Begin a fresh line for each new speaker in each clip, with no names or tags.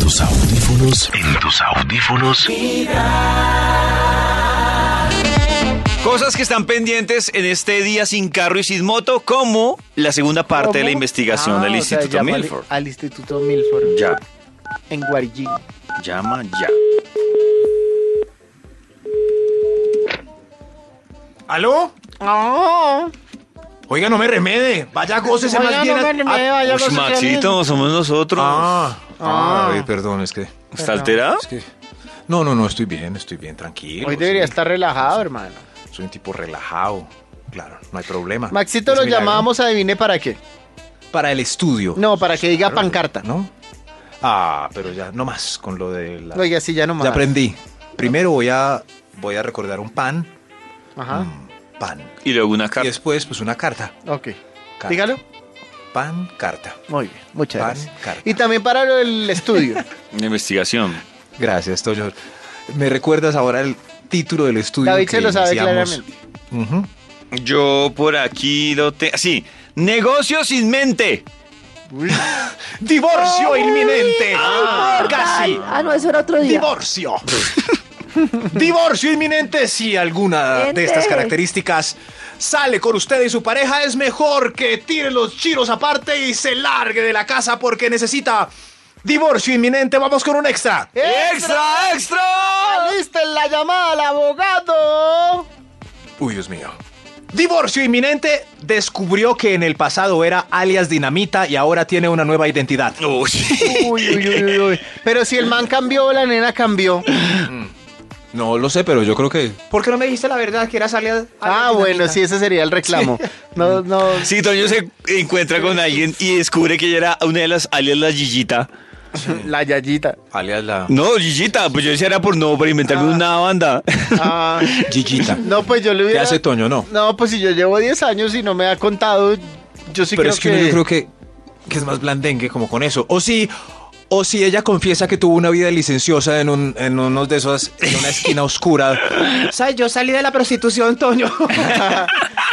tus audífonos. En tus audífonos.
Cosas que están pendientes en este día sin carro y sin moto, como la segunda parte de la
¿Cómo?
investigación
Ah,
del
o sea,
Instituto
llama al-
Milford.
Al, Instituto Milford.
Ya,
En Guarillín.
llama ya.
¿Aló? Oiga, no me remede. Vaya, gócese
Oiga,
más bien.
no
a-
me remede,
a-
Eh, vaya,
Ush,
gócese bien.
Ah, Maxito, somos nosotros.
Ah,
Ah.
ah. Ay, perdón, es que, es
¿Está alterado?
que- No, no, no, estoy bien, estoy bien, tranquilo.
Hoy debería
sí.
estar relajado, hermano.
Soy un tipo relajado. Claro, no hay problema.
Maxito
Es
lo
milagro.
llamamos, adivine para qué.
para el estudio.
No, para que diga pancarta.
¿No? Ah, pero ya, no más con lo de la...
Oiga, sí, ya nomás.
ya aprendí. Primero voy a, voy a recordar un pan.
Ajá.
mm, pan.
Y luego una
Y
carta.
después, pues una carta.
Ok.
Carta.
Dígalo.
Pan, carta.
Muy bien, muchas
Pan,
gracias.
carta.
Y también para lo del estudio.
Una investigación.
Gracias, Toño. ¿Me recuerdas ahora el título del estudio?
David
que
se lo sabe
iniciamos?
claramente.
Ujú.
Yo por aquí lo tengo. Sí, negocio sin mente.
¡Divorcio inminente! ¡Casi!
Ah, no, eso era otro día.
¡Divorcio! ¡Divorcio inminente! Si alguna de
Gente.
estas características sale con usted y su pareja, es mejor que tire los chiros aparte y se largue de la casa porque necesita divorcio inminente. Vamos con un extra.
¡Extra, extra!
¡Lista Ah, en la llamada al abogado!
Uy, Dios mío. Divorcio inminente descubrió que en el pasado era alias Dinamita y ahora tiene una nueva identidad.
Uy.
Uy, uy, uy, uy. Pero si el man cambió, la nena cambió.
No lo sé, pero yo creo que. ¿Por qué no me dijiste la verdad que eras alias?
Ah, bueno, sí, ese sería el reclamo. No, no.
Sí, Toño se encuentra con alguien y descubre que ella era una de las alias la Gigita.
La yayita.
Alias la.
No, Gigita, pues yo decía era por no, por inventarme una banda.
Ah,
Gigita.
no, pues yo le
¿Qué
hubiera.
hace Toño? No.
No, pues si yo llevo 10 años y no me ha contado, yo sí
pero
creo
es que, uno yo creo que, que es más blandengue como con eso. O si, o si ella confiesa que tuvo una vida licenciosa en, un, en unos de esos, en una esquina oscura. ¿Sabes? Yo salí de la prostitución, Toño.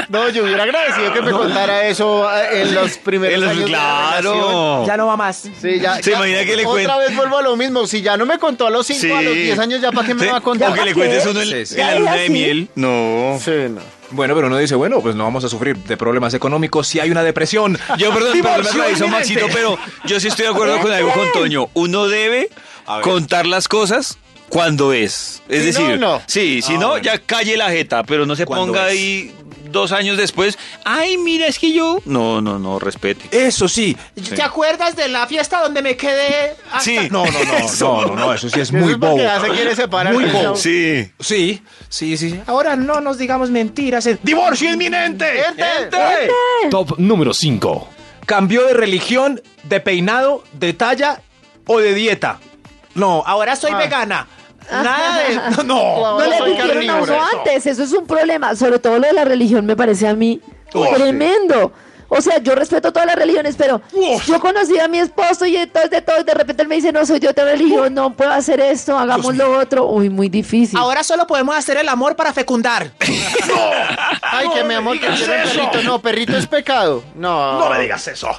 No, yo hubiera agradecido que me contara eso eh, en los primeros
En los-
años. de la relación.
claro.
no va más.
Sí, ya,
Se
ya-
imagina que le
Otra
cuen-
vez vuelvo a lo mismo. Si ya no me contó a los 5, a los
Sí.
10 años, ¿ya para qué me
Sí,
va a contar?
O que le
¿Qué?
cuentes uno en,
Sí,
en
sí.
la
¿Ya
luna
es
de
así?
miel. No.
Sí, no.
Bueno, pero uno dice, bueno, pues no vamos a sufrir de problemas económicos si hay una depresión.
Yo, perdón, perdón, me
Divorcio
atravesó
inminente.
Maxito, pero yo sí estoy de acuerdo con algo con Toño. Uno debe
A ver.
contar las cosas cuando es. Es
Si no,
decir,
no.
sí, si
Ah,
no,
bueno.
ya calle la jeta, pero no se
Cuando
ponga
es.
ahí dos años después. Ay, mira, es que yo. No, no, no, respete.
Eso sí.
¿Te
acuerdas de la fiesta donde me quedé?
Sí.
Ah, No, no, no, no, no, no, eso sí es muy
Eso es porque
bobo.
ya se quiere separar.
Muy
del
bobo.
chavo.
Sí.
Sí, sí, sí. Ahora no nos digamos mentiras. ¡Divorcio inminente!
¡Ente!
Top número 5.
Cambió de religión, de peinado, de talla o de dieta. No, ahora soy
Ah.
vegana. Nada
No,
de. No, no.
No
Ahora
le
soy
pusieron a
carnívoro.
uno antes, eso es un problema. Sobre todo lo de la religión me parece a mí
Oh,
tremendo. O sea, yo respeto todas las religiones, pero
Oh.
yo conocí a mi esposo y entonces de todo, y de repente él me dice, no, soy de otra religión, no puedo hacer esto, hagamos lo otro. Uy, muy difícil.
solo podemos hacer el amor para fecundar.
Ay, que mi amor, que quiero un perrito. No, perrito es pecado. No.
No me digas eso.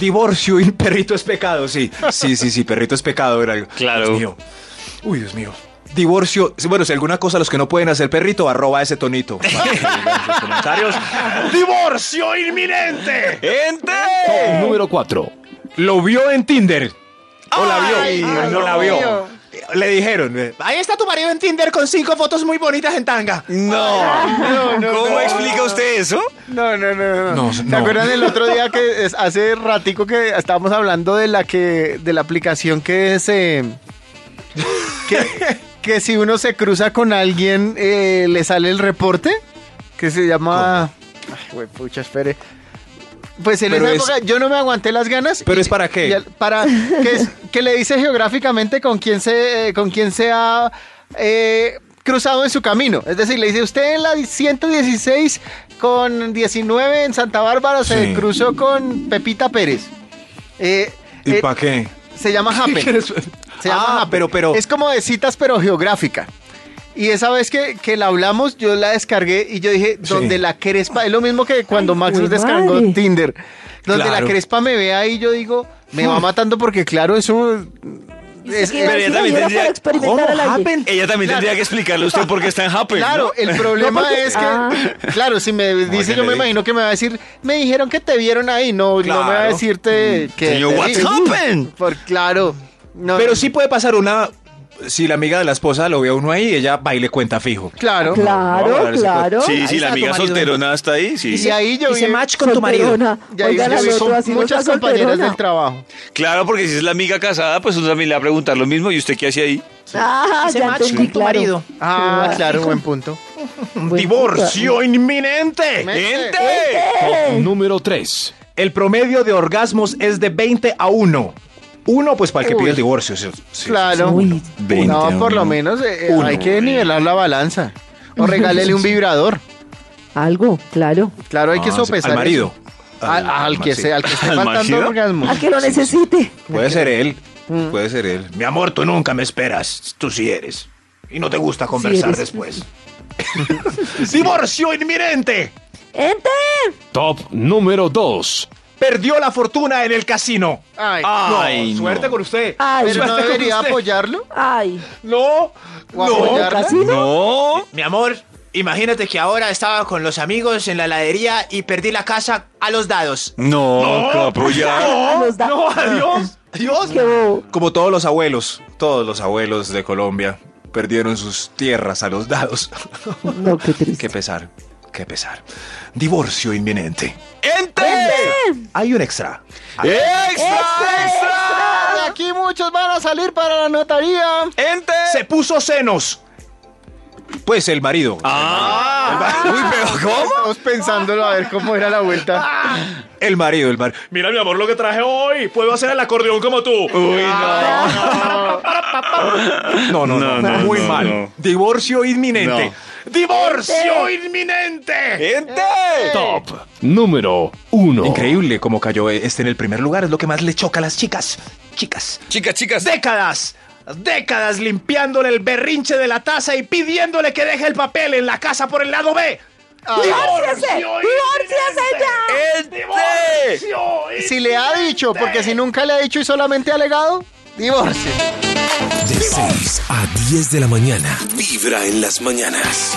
Divorcio y perrito es pecado, sí. Sí, sí, sí, perrito es pecado. Era algo.
Claro.
Dios mío. Uy, Dios mío. Divorcio. Bueno, si alguna cosa los que no pueden hacer perrito, arroba ese tonito. Para que digan sus comentarios. ¡Divorcio inminente!
¡Ente!
Top número 4.
Lo vio en Tinder. O la vio.
Ay,
Ah,
Dios
no la vio.
mío.
Le dijeron, eh, ahí está tu marido en Tinder con cinco fotos muy bonitas en tanga.
No.
No, no,
¿Cómo
no.
explica usted eso?
No, no, no, no.
No,
¿Se
no.
acuerdan el otro día que es- hace ratico que estábamos hablando de la que de la aplicación que se que, que si uno se cruza con alguien eh, le sale el reporte que se llama Ay, güey, pucha, espere. Pues en
Pero
esa
es-
época yo no me aguanté las ganas.
¿Pero
y-
es para qué?
y al- para que, es- que le dice geográficamente con quién se, eh, con quién se ha eh, cruzado en su camino. Es decir, le dice, usted en la 116 con 19 en Santa Bárbara se
Sí.
cruzó con Pepita Pérez. Eh, eh,
para qué?
se llama Happen. Se llama
ah,
Happen.
pero, pero.
Es como de citas, pero geográfica. Y esa vez que, que la hablamos, yo la descargué y yo dije,
Sí.
donde la crespa, es lo mismo que cuando
Ay,
Max
jue
nos descargó
madre.
Tinder. Donde la
Claro.
crespa me ve ahí, yo digo, me va matando porque claro, eso es-
que iba
Pero
a
ella
decir,
también
"Ayuda
tendría-
para experimentar al aire".
Ella también tendría que explicarle a usted por qué está en Happen. ¿no?
eh,
Claro, el problema
No, porque-
es que,
Ah.
claro, si me dice,
que le
yo me
diga.
imagino que me va a decir, me dijeron que te vieron ahí, no, no me va a
Claro.
decirte que.
Señor,
te
what's
vi.
happened?
Por claro. No,
Pero
no,
sí puede pasar una. Si la amiga de la esposa lo ve a uno ahí, ella va y le cuenta fijo.
Claro.
No,
Claro,
no, no,
claro.
Sí, sí,
Ahí
la
está
amiga
tu marido.
solterona está ahí. Sí.
Y ahí yo
Hice
vi-
match con tu marido.
Solterona.
Y ahí
Oigan
yo
al
vi
otro,
con
así no
muchas
está
compañeras
solterona.
del trabajo.
Claro, porque si es la amiga casada, pues uno también le va a preguntar lo mismo. ¿Y usted qué hace ahí?
Ah,
Hice
ya
match
entendí,
con tu
claro.
marido.
Ah,
Qué
claro, buen punto.
buen-
inminente!
¡Gente!
Top número 3.
El promedio de orgasmos es de 20 a 1. Uno, pues para el que pide el divorcio. sí, sí.
Claro.
Uy.
no, por lo menos eh, eh, hay que nivelar la balanza. O regálele un vibrador.
Algo, claro.
Claro, hay que
Ah, sí,
sopesar.
Al marido.
eso. Al, al que,
sí.
se, al que esté
¿Al
faltando
marido?
orgasmo.
A que lo necesite.
Puede ser él. Puede ser él. Mi amor, tú nunca me esperas. Tú sí eres. Y no te gusta conversar
eres.
después. ¡Divorcio inminente!
¡Ente!
Top número 2.
Perdió la fortuna en el casino.
Ay,
Ay,
no,
no.
suerte con usted.
Ay.
pero no
Suerte con
debería
Ah, usted.
apoyarlo.
Ay.
No,
¿O
no.
apoyarla?
¿Casino?
No.
Mi amor, imagínate que ahora estaba con los amigos en la heladería y perdí la casa a los dados.
No, capo, ya.
A los da-
adiós. Adiós.
Qué bobo.
Como todos los abuelos, todos los abuelos de Colombia perdieron sus tierras a los dados.
No, qué triste.
Qué pesar, qué pesar. Divorcio inminente.
¡Ente!
Hay un extra.
¡Extra, extra!
Ah, de aquí muchos van a salir para la notaría.
Eh,
¡Ente!
Se puso senos. Pues el marido.
¡Ah! Uy, pero ¿cómo?
Estamos pensándolo a ver cómo era la vuelta.
Ah. El marido, el marido. Mira, mi amor, lo que traje hoy. Puedo hacer el acordeón como tú. Ah.
Uy, no.
No, no, no.
No, no,
muy
no,
mal.
no.
Divorcio inminente. ¡Divorcio inminente!
¡Ente!
Top número 1.
Increíble cómo cayó este en el primer lugar. Es lo que más le choca a las chicas. Chicas.
Chicas, chicas.
Décadas. Décadas limpiándole el berrinche de la taza y pidiéndole que deje el papel en la casa por el lado B.
¡Divórciese! ¡Divórciese ya!
¡Ente!
Si le ha dicho, porque si nunca le ha dicho y solamente ha alegado, divorcio.
De 6 a 10 de la mañana. Vibra en las mañanas.